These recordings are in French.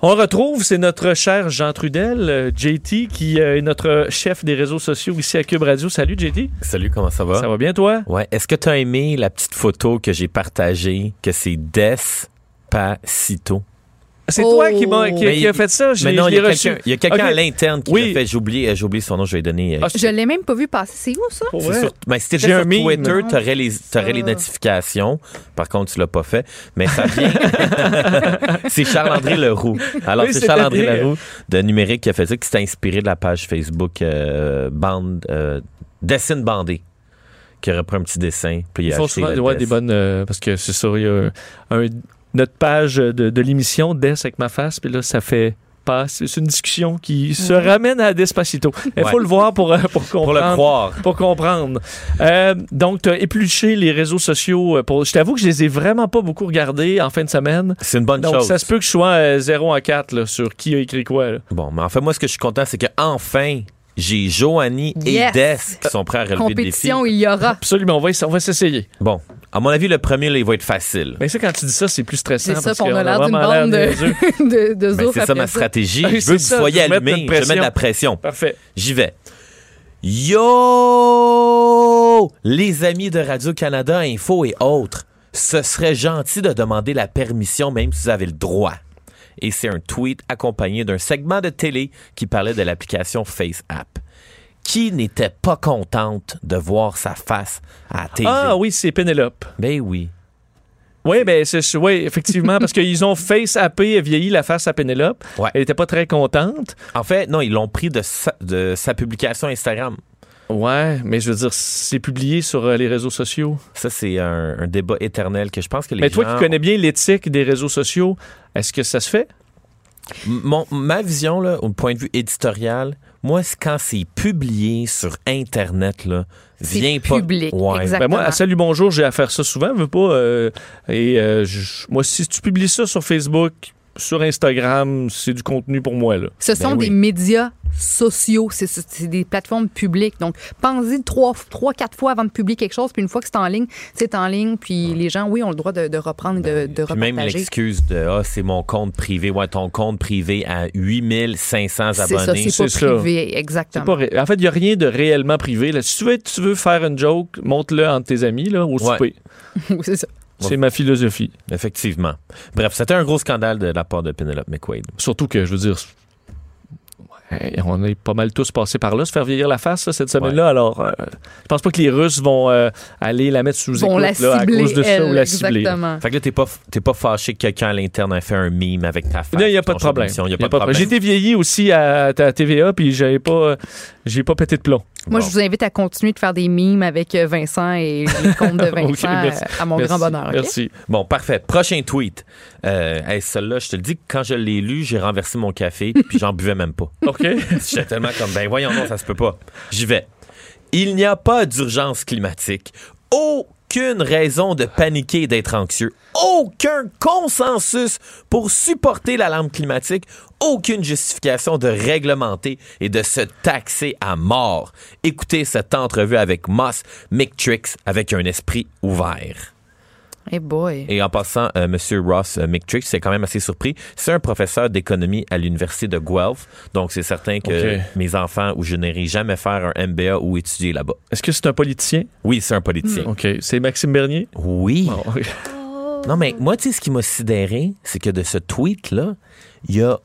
On retrouve, c'est notre cher Jean Trudel, euh, JT, qui euh, est notre chef des réseaux sociaux ici à Cube Radio. Salut, JT. Salut, comment ça va? Ça va bien, toi? Ouais. Est-ce que tu as aimé la petite photo que j'ai partagée, que c'est Despacito? C'est Oh. toi qui, m'as- qui, Mais qui a il- fait ça. Je Mais l'ai- non, je il y a l'ai reçu. quelqu'un il y a quelqu'un Ok. à l'interne qui Oui. l'a fait. J'ai oublié, euh, j'ai oublié son nom, je vais lui donner. euh, Ah, Je l'ai même pas vu passer. C'est où ça? Pour c'est vrai? sur- mais si t'étais J'ai sur un meme. Ah, Twitter, t'aurais les, t'aurais les notifications. Par contre, tu l'as pas fait. Mais ça vient. c'est Charles-André Leroux. Alors, Oui, c'est c'est Charles-André vrai. Leroux de Numérique qui a fait ça, qui s'est inspiré de la page Facebook euh, Bande, euh, Dessine Bandée, qui a repris un petit dessin. Puis il Ils a font acheté souvent le ouais, dessin. des bonnes. euh, parce que c'est ça, il y a un- notre page de, de l'émission, Des avec ma face, puis là, ça fait pas. C'est une discussion qui se ramène à Despacito. Il faut Ouais. le voir pour, euh, pour comprendre. Pour le croire. Pour comprendre. Euh, donc, tu as épluché les réseaux sociaux. euh, Pour... Je t'avoue que je les ai vraiment pas beaucoup regardés en fin de semaine. C'est une bonne Donc, chose. ça se peut que je sois euh, 0 à 4 là, sur qui a écrit quoi. là. Bon, mais en fait, moi, ce que je suis content, c'est que enfin, j'ai Joanie Yes. et Des qui sont prêts à relever le défi. Compétition, il y aura. Absolument, on va, ess- on va s'essayer. Bon, à mon avis, le premier, là, il va être facile. Mais ça, quand tu dis ça, c'est plus stressant. C'est ça, parce puis on qu'on a l'air d'une vraiment l'air bande niaiseux. de, de Ben, zouf c'est ça après ma stratégie. Oui, Je c'est veux que vous ça, soyez je vais mettre allumés. une Je pression. mets de la pression. Parfait. J'y vais. Yo! Les amis de Radio-Canada, Info et autres, ce serait gentil de demander la permission même si vous avez le droit. Et c'est un tweet accompagné d'un segment de télé qui parlait de l'application FaceApp. Qui n'était pas contente de voir sa face à la télé? Ah oui, c'est Pénélope. Ben oui. Oui, ben c'est oui, effectivement, parce qu'ils ont face et vieilli la face à Pénélope. Ouais. Elle était pas très contente. En fait, non, ils l'ont pris de sa, de sa publication Instagram. Ouais, mais je veux dire, c'est publié sur euh, les réseaux sociaux. Ça, c'est un, un débat éternel que je pense que les mais gens... toi qui connais bien l'éthique des réseaux sociaux, est-ce que ça se fait? M- mon- ma vision, là, au point de vue éditorial, moi, c'est quand c'est publié sur Internet, là, C'est viens public, pas... Ouais. exact. Ben moi, à Exactement. Salut Bonjour, j'ai à faire ça souvent, je veux pas. euh, et euh, je- moi, si tu publies ça sur Facebook, sur Instagram, c'est du contenu pour moi, là. Ce sont oui. des médias sociaux, c'est- c'est c'est des plateformes publiques. Donc, pensez trois, trois, quatre fois avant de publier quelque chose, puis une fois que c'est en ligne, c'est en ligne, puis les gens, oui, ont le droit de, de reprendre, Ben de, de Puis même repartager. l'excuse de « Ah, c'est mon compte privé. » Ouais, ton compte privé à 8500 C'est ça, abonnés. c'est pas c'est ça. privé, C'est exactement. pas ré- En fait, il n'y a rien de réellement privé. Là. Si tu veux, tu veux faire une joke, monte-le entre tes amis là, au Ouais. souper. Oui, c'est ça. C'est ma philosophie. Effectivement. Bref, c'était un gros scandale de la part de Penelope McQuaid. Surtout que, je veux dire, ouais, on est pas mal tous passés par là, se faire vieillir la face là, cette semaine-là. Alors, euh, je pense pas que les Russes vont euh, aller la mettre sous Bon, écoute la là, à cibler, cause de ça elle, ou la cibler. là. exactement. Fait que là, t'es pas, f- t'es pas fâché que quelqu'un à l'interne ait fait un mime avec ta face. Non, il n'y a puis pas de ton problème. show d'émission. Y a Y pas de problème. J'ai été vieilli aussi à, à TVA, puis j'avais pas, euh, j'ai pas pété de plomb. Moi, Bon. je vous invite à continuer de faire des mimes avec euh, Vincent et les comptes de Vincent Ok, merci. euh, à mon Merci. grand bonheur. ok? Merci. Bon, parfait. Prochain tweet. Euh, hey, celle-là, je te le dis, quand je l'ai lu, j'ai renversé mon café, puis j'en buvais même pas. OK. J'étais tellement comme, ben voyons, non, ça se peut pas. J'y vais. Il n'y a pas d'urgence climatique. Aucune raison de paniquer et d'être anxieux. Aucun consensus pour supporter l'alarme climatique. Aucune justification de réglementer et de se taxer à mort. Écoutez cette entrevue avec Moss McTricks avec un esprit ouvert. Eh boy. Et en passant, euh, Monsieur Ross euh, McTrigg, c'est quand même assez surpris. C'est un professeur d'économie à l'université de Guelph, donc c'est certain que Ok. mes enfants ou je n'irai jamais faire un MBA ou étudier là-bas. Est-ce que c'est un politicien? Oui, c'est un politicien. Mm. OK. C'est Maxime Bernier? Oui. Bon, ok. Non, mais moi, tu sais, ce qui m'a sidéré, c'est que de ce tweet-là, il y a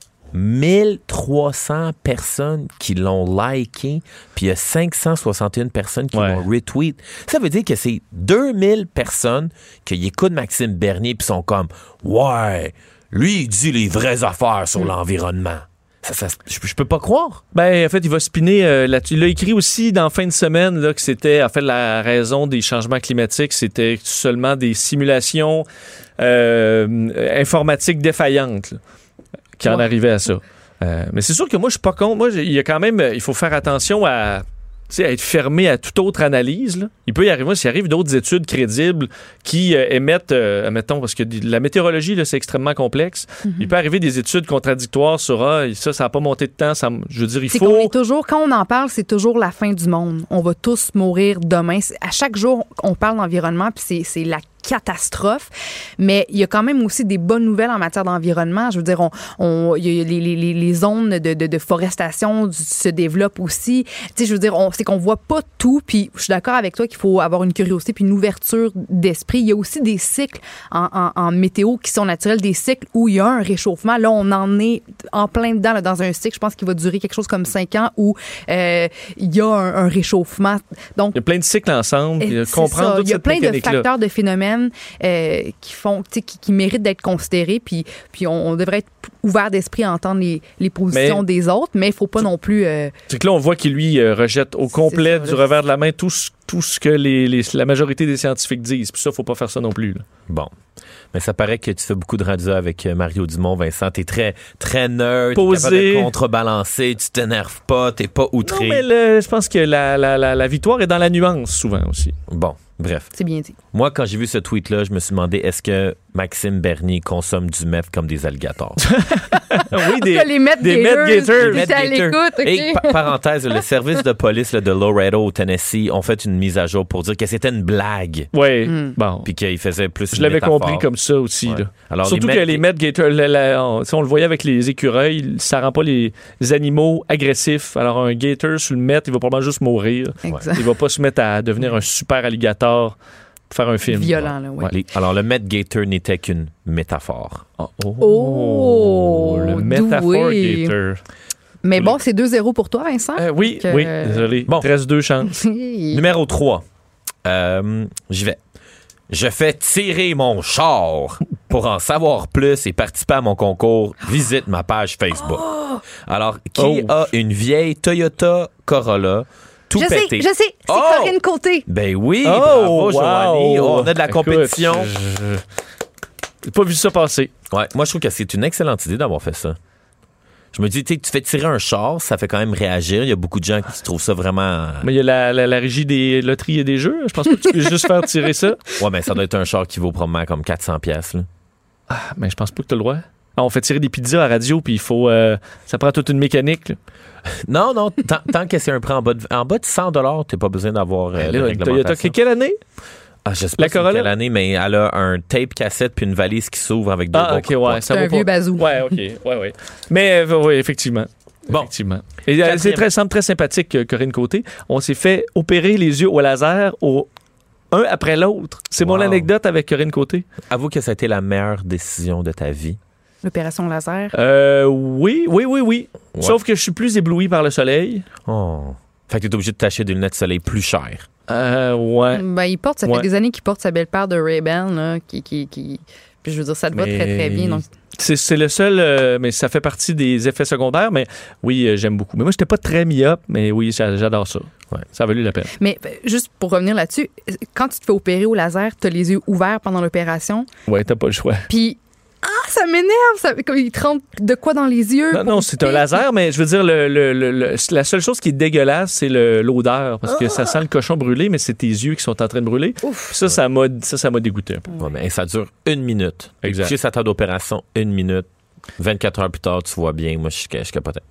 1300 personnes qui l'ont liké, puis il y a 561 personnes qui Ouais. l'ont retweet. Ça veut dire que c'est 2000 personnes qui écoutent Maxime Bernier, puis sont comme Ouais, lui, il dit les vraies affaires sur l'environnement. Ça, ça, je, je peux pas croire. Ben, en fait, il va spinner euh, là-dessus. Il a écrit aussi dans fin de semaine là, que c'était, en fait, la raison des changements climatiques, c'était seulement des simulations euh, informatiques défaillantes là, qui en Ouais. arrivaient à ça. Euh, mais c'est sûr que moi, je suis pas contre. Moi, j'ai- il y a quand même, il faut faire attention à, tu sais, à être fermé à toute autre analyse. là. Il peut y arriver, moi, s'il arrive d'autres études crédibles qui euh, émettent, euh, mettons, parce que d- la météorologie, là, c'est extrêmement complexe. Mm-hmm. Il peut arriver des études contradictoires sur ah, ça, ça n'a pas monté de temps. Ça, m- je veux dire, il C'est qu'on faut. est toujours, quand on en parle, c'est toujours la fin du monde. On va tous mourir demain. C'est- À chaque jour, on parle d'environnement, puis c'est- c'est la catastrophe. Mais il y a quand même aussi des bonnes nouvelles en matière d'environnement. Je veux dire, on, on, il y a les, les, les zones de, de, de forestation du- se développent aussi. Tu sais, je veux dire, on, c'est qu'on voit pas tout. Puis je suis d'accord avec toi qu'il faut avoir une curiosité puis une ouverture d'esprit. Il y a aussi des cycles en, en- en météo qui sont naturels, des cycles où il y a un réchauffement. Là, on en est en plein dedans, là, dans un cycle, je pense qu'il va durer quelque chose comme cinq ans où euh, il y a un, un réchauffement. Donc, Il y a plein de cycles ensemble. puis, et euh, Eh, c'est comprendre ça. toute Il y a cette plein de mécanique-là. facteurs, de phénomènes euh, qui font, tu sais, qui, qui méritent d'être considérés, puis, puis on, on devrait être ouvert d'esprit à entendre les, les positions Mais- des autres, mais il faut pas non plus. euh, C'est que là, on voit qu'il lui euh, rejette au C'est complet ça, du là. revers de la main tout ce, tout ce que les, les- la majorité des scientifiques disent. Puis ça, faut pas faire ça non plus. là. Bon. Mais ça paraît que tu fais beaucoup de radio avec euh, Mario Dumont, Vincent. T'es très, très neutre, t'es Posé. capable de contrebalancer, tu t'énerves pas, t'es pas Non, outré. mais le- je pense que la, la- la- la victoire est dans la nuance souvent aussi. Bon, bref. c'est bien dit. Moi, quand j'ai vu ce tweet-là, je me suis demandé est-ce que Maxime Bernier consomme du meth comme des alligators? Ah oui, En tout des, cas, les Met des Met Gators, Gators. t'étais Met à Gators. l'écoute, OK? Et pa- parenthèse, le service de police là, de Laredo au Tennessee ont fait une mise à jour pour dire que c'était une blague Ouais, Hmm. bon. puis qu'ils faisaient plus Je une l'avais métaphore. compris comme ça aussi. Ouais. là. Alors, Surtout les que Met- les Met Gators, la- la- on, si on le voyait avec les écureuils, ça rend pas les animaux agressifs. Alors un gator sur le Met, il va probablement juste mourir. Exact. Il va pas se mettre à devenir un super alligator pour faire un film. Violent, là, ouais. les- Alors, le Met Gator n'était qu'une métaphore. Oh, Oh, le doué. métaphore gator. Mais bon, c'est 2-0 pour toi, hein, Vincent. Euh, oui, Ah, Que- oui, désolé. Bon. Bon. 13 deux chances. Numéro 3. J'y vais. Je fais tirer mon char pour en savoir plus et participer à mon concours. Visite ma page Facebook. Alors, qui Oh. a une vieille Toyota Corolla tout je sais, pétée? je sais, c'est Oh! Corinne Côté. Ben oui, bravo, Oh, Joanie. wow. On a de la Écoute, compétition. je- J'ai pas vu ça passer. Ouais, moi, je trouve que c'est une excellente idée d'avoir fait ça. Je me dis, tu sais, tu fais tirer un char, ça fait quand même réagir. Il y a beaucoup de gens qui trouvent ça vraiment... euh, Mais il y a la, la- la régie des loteries et des jeux. Je pense pas que tu peux juste faire tirer ça. Ouais, mais ça doit être un char qui vaut probablement comme 400 pièces. Ah, Mais je pense pas que tu le droit. Ah, on fait tirer des pizzas à radio, puis il faut. euh, ça prend toute une mécanique. là. Non, non, tant, tant que c'est un prix en bas de, en bas de 100 t'as pas besoin d'avoir euh, Ben Là, de une Toyota, réglementation. que- quelle année? Ah, je sais La pas c'est Corolla? quelle année, mais elle a un tape cassette puis une valise qui s'ouvre avec deux Ah, gros ok, coups de ouais. poing. Ça C'est vaut un pas- vieux bazou. Ouais, ok, ouais, ouais. Mais euh, oui, effectivement. Bon. Effectivement. Et, euh, c'est Quatrième. très simple, très sympathique, euh, Corinne Côté. On s'est fait opérer les yeux au laser au un après l'autre. C'est mon Wow. anecdote avec Corinne Côté. Avoue que ça a été la meilleure décision de ta vie. L'opération laser. Euh, oui, oui, oui, oui. Ouais. Sauf que je suis plus ébloui par le soleil. Oh. Fait que t'es obligé de t'acheter des lunettes de soleil plus chères. Euh, ouais. Ben, il porte, ça Ouais. fait des années qu'il porte sa belle paire de Ray-Ban, là, qui, qui, qui... Puis je veux dire, ça te va Mais- très, très bien. Donc, C'est, c'est le seul, euh, mais ça fait partie des effets secondaires. Mais oui, euh, j'aime beaucoup. Mais moi, j'étais pas très myope, mais oui, j'a- j'adore ça. Ouais. Ça a valu la peine. Mais ben, juste pour revenir là-dessus, quand tu te fais opérer au laser, tu as les yeux ouverts pendant l'opération, Ouais, t'as pas le choix. puis ah, ça m'énerve, ça, comme il te rentre de quoi dans les yeux Non, pour non, te c'est un piquer. laser, mais je veux dire, le, le- le- le- la seule chose qui est dégueulasse, c'est le- l'odeur, parce que ça sent le cochon brûlé, mais c'est tes yeux qui sont en train de brûler. Ouf. Ça, ça m'a, ça, ça m'a dégoûté un peu. Ouais, mais ça dure une minute. Exact. Juste sa table d'opération, une minute. 24 heures plus tard, tu vois bien. Moi, je suis ca- je capotais.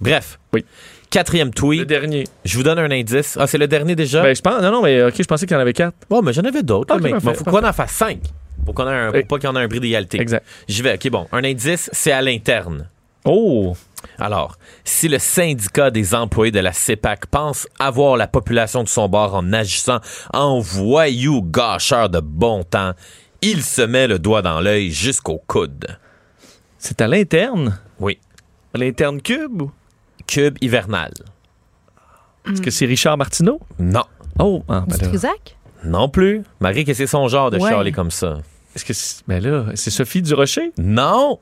Bref. Mm. Oui. Quatrième Le tweet. dernier. Je vous donne un indice. Ah, c'est le dernier déjà? Ben, je pense, non, non, mais OK, je pensais qu'il y en avait quatre. Bon, mais j'en avais d'autres. Ok, là, mais parfait, mais faut qu'on en fasse cinq. Pour, qu'on ait un, pour Eh. pas qu'il y en ait un bris d'égalité. Exact. J'y vais. OK, bon. Un indice, c'est à l'interne. Oh! Alors, si le syndicat des employés de la CEPAC pense avoir la population de son bord en agissant en voyou gâcheur de bon temps, il se met le doigt dans l'œil jusqu'au coude. C'est à l'interne? Oui. À l'interne cube? ou- Cube hivernal. Est-ce que c'est Richard Martineau? Non. Oh! ah, ben Du là. Trisac? Non plus. Marie, que c'est son genre de Ouais. charler comme ça. Est-ce que c'est, ben là, c'est Sophie Durocher? Non!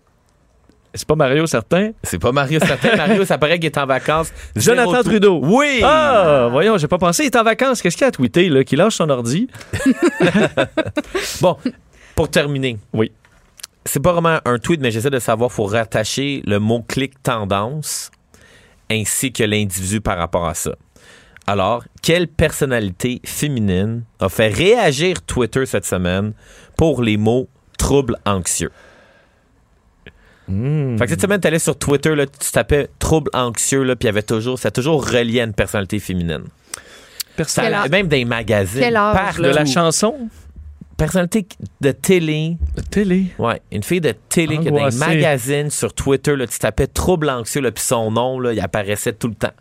C'est pas Mario, certain? C'est pas Mario Certain. Mario, ça paraît qu'il est en vacances. Jonathan Zéro tweet. Trudeau. Oui! Ah! Voyons, j'ai pas pensé. Il est en vacances. Qu'est-ce qu'il a tweeté, là? Qu'il lâche son ordi? Bon, pour terminer. Oui. C'est pas vraiment un tweet, mais j'essaie de savoir, faut rattacher le mot clic tendance ainsi que l'individu par rapport à ça. Alors, quelle personnalité féminine a fait réagir Twitter cette semaine pour les mots trouble anxieux? Hmm. Fait que cette semaine, t'allais sur Twitter, là, tu tapais trouble anxieux, là, puis il y avait toujours, ça a toujours relié à une personnalité féminine. Ça Personne. Quel âge? même des magazines. Quel âge, partout. De la chanson? personnalité de télé. La télé. Ouais, une fille de télé qui a des Angoissée. magazines sur Twitter, là, tu tapais trouble anxieux, là, puis son nom, là, il apparaissait tout le temps.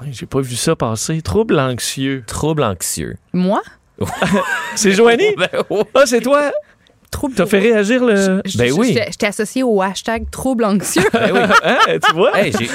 Ouais, J'ai pas vu ça passer. Trouble anxieux. Trouble anxieux. Moi? C'est Joanie? Ben, ouais. Ah, c'est toi? Trouble. T'as fait réagir le. Je- Ben je- oui. j'étais- J'étais associée au hashtag trouble anxieux. Ben oui. Hein, tu vois? Hey, j'ai-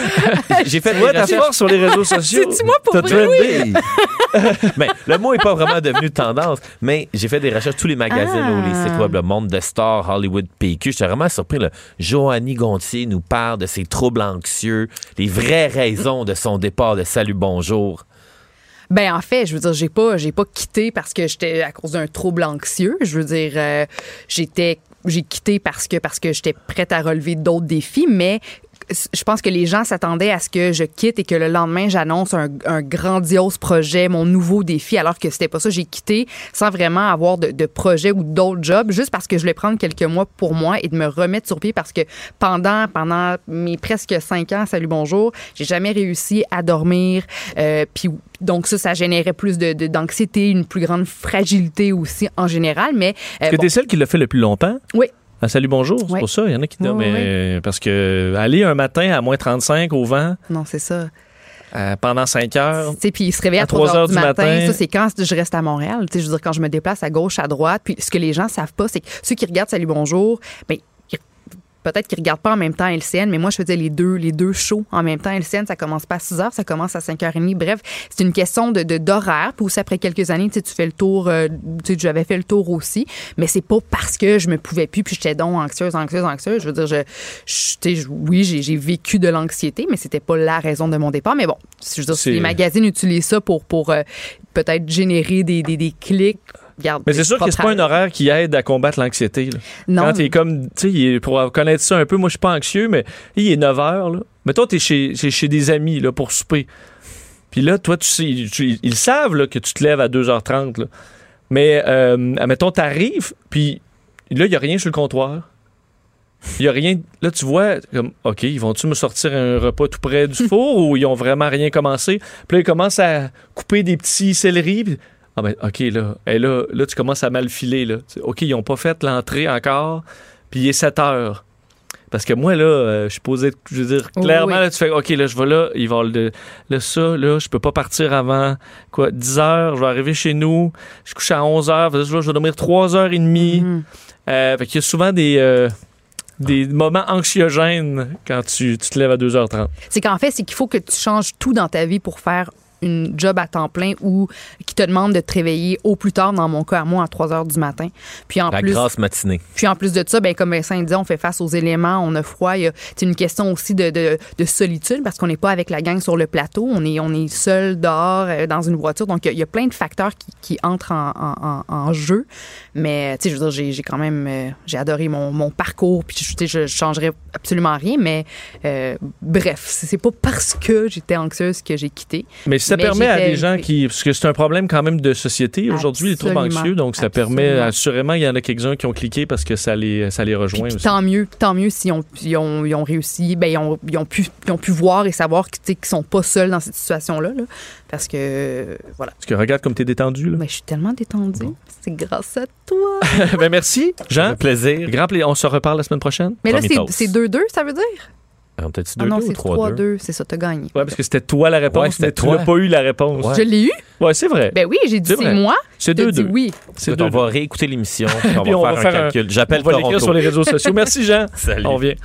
j'ai fait tu vois des ta recherches. force sur les réseaux sociaux. C'est-tu moi pour T'as vrai? trendé. Ben, le mot est pas vraiment devenu tendance, mais j'ai fait des recherches tous les magazines Ah. ou les sites web, le monde de Star, Hollywood, PQ. J'étais vraiment surpris. Là. Joannie Gontier nous parle de ses troubles anxieux, les vraies raisons de son départ de Salut Bonjour. Ben en fait, je veux dire, j'ai pas, j'ai pas quitté parce que j'étais à cause d'un trouble anxieux. Je veux dire, euh, j'étais, j'ai quitté parce que parce que j'étais prête à relever d'autres défis, mais je pense que les gens s'attendaient à ce que je quitte et que le lendemain j'annonce un, un grandiose projet, mon nouveau défi, alors que c'était pas ça. J'ai quitté sans vraiment avoir de, de projet ou d'autres jobs, juste parce que je voulais prendre quelques mois pour moi et de me remettre sur pied parce que pendant pendant mes presque cinq ans, salut bonjour, j'ai jamais réussi à dormir, euh, puis donc ça, ça générait plus de, de- d'anxiété, une plus grande fragilité aussi en général, mais euh, Est-ce que bon, t'es celle qui l'a fait le plus longtemps? Oui. Ah, salut, bonjour. C'est Oui. pour ça. Il y en a qui Oui, dorment. oui, mais- Parce que aller un matin à moins 35 au vent non, c'est ça. euh, pendant 5 heures. Tu sais, puis il se réveille À à 3 trois heures heures du du matin. matin. Ça, c'est quand je reste à Montréal. Tu sais, je veux dire, quand je me déplace à gauche, à droite. Puis ce que les gens savent pas, c'est que ceux qui regardent Salut Bonjour, ben, ils- peut-être qu'ils regardent pas en même temps LCN, mais moi, je faisais les deux, les deux shows en même temps. LCN, ça commence pas à 6 heures, ça commence à 5h30. Bref, c'est une question de, de- d'horaire. Puis aussi, après quelques années, tu sais, tu fais le tour, euh, tu sais, j'avais fait le tour aussi. Mais c'est pas parce que je me pouvais plus, puis j'étais donc anxieuse, anxieuse, anxieuse. Je veux dire, je, je- tu sais, je- oui, j'ai, j'ai vécu de l'anxiété, mais c'était pas la raison de mon départ. Mais bon, je veux dire, si C'est- les magazines utilisent ça pour, pour euh, peut-être générer des, des, des clics. Regarde, Mais c'est sûr que c'est pas un grave. horaire qui aide à combattre l'anxiété. là. Non. Quand t'es comme, tu sais, il est- pour connaître ça un peu, moi, je suis pas anxieux, mais il est 9 heures, là. Mais toi, t'es chez, t'es chez des amis, là, pour souper. Puis là, toi, tu sais, tu- ils savent, là, que tu te lèves à 2h30, là. Mais, euh, admettons, t'arrives, puis là, il y a rien sur le comptoir. Il y a rien. Là, tu vois, comme, OK, ils vont-tu me sortir un repas tout près du four ou ils ont vraiment rien commencé? Puis là, ils commencent à couper des petits céleris. puis- ah ben, OK, là, et là, là, tu commences à mal filer. Là. Tu- OK, ils n'ont pas fait l'entrée encore, puis il est 7 heures. Parce que moi, là, euh, je suis posé, je veux dire, Oui, clairement, oui. là, tu fais, OK, là, je vais là, ils vont le, là, ça, là, je peux pas partir avant, quoi, 10 heures, je vais arriver chez nous, je couche à 11 heures, je vais je vais dormir 3 heures et demie. Mhm. Euh, fait qu'il y a souvent des, euh, des moments anxiogènes quand tu, tu te lèves à 2h30. C'est qu'en fait, c'est qu'il faut que tu changes tout dans ta vie pour faire une job à temps plein ou qui te demande de te réveiller au plus tard, dans mon cas, à moi, à 3 heures du matin. Puis en La plus, grasse matinée. Puis en plus de ça, ben, comme Vincent disait, on fait face aux éléments, on a froid. Il y a c'est une question aussi de, de- de solitude parce qu'on n'est pas avec la gang sur le plateau. On est, on est seul dehors euh, dans une voiture. Donc, il y a- il y, a plein de facteurs qui, qui entrent en, en- en- en jeu. Mais, tu sais, je veux dire, j'ai- j'ai quand même... euh, j'ai adoré mon, mon parcours. Puis, je- tu sais, je ne changerais absolument rien. Mais, euh, bref, c'est c'est pas parce que j'étais anxieuse que j'ai quitté. Mais ça Mais permet à j'étais des gens élevée. qui. Parce que c'est un problème quand même de société aujourd'hui, les troubles Absolument. anxieux. Donc ça permet. Absolument. Assurément, il y en a quelques-uns qui ont cliqué parce que ça les, ça les Puis, rejoint puis aussi. tant mieux, tant mieux s'ils ont, ils ont, ils ont réussi, ben, ils, ont, ils ont pu, ils ont pu voir et savoir que, tu sais, qu'ils sont pas seuls dans cette situation-là. là. parce que, euh, voilà. Parce que regarde comme t'es détendu. Là. Ben, je suis tellement détendue. C'est grâce à toi. ben merci, Hein? Jean. plaisir. Grand pla- On se reparle la semaine prochaine. Mais là, Premier c'est toast. c'est 2-2, ça veut dire? Ah, T'as-tu ah non, 2-2 c'est ou 3-2? 3-2. C'est ça, t'as gagné. Ouais, parce que c'était toi la réponse, Ouais, c'était mais tu toi. n'as pas eu la réponse. Ouais. Je l'ai eu? Ouais, c'est vrai. Ben oui, j'ai dit C'est c'est vrai. moi. c'est T'as deux, dit deux. oui. C'est On deux, va réécouter l'émission, puis on va Puis faire un calcul. On J'appelle va l'écrire Toronto. sur les réseaux sociaux. Merci, Jean. Salut. On revient.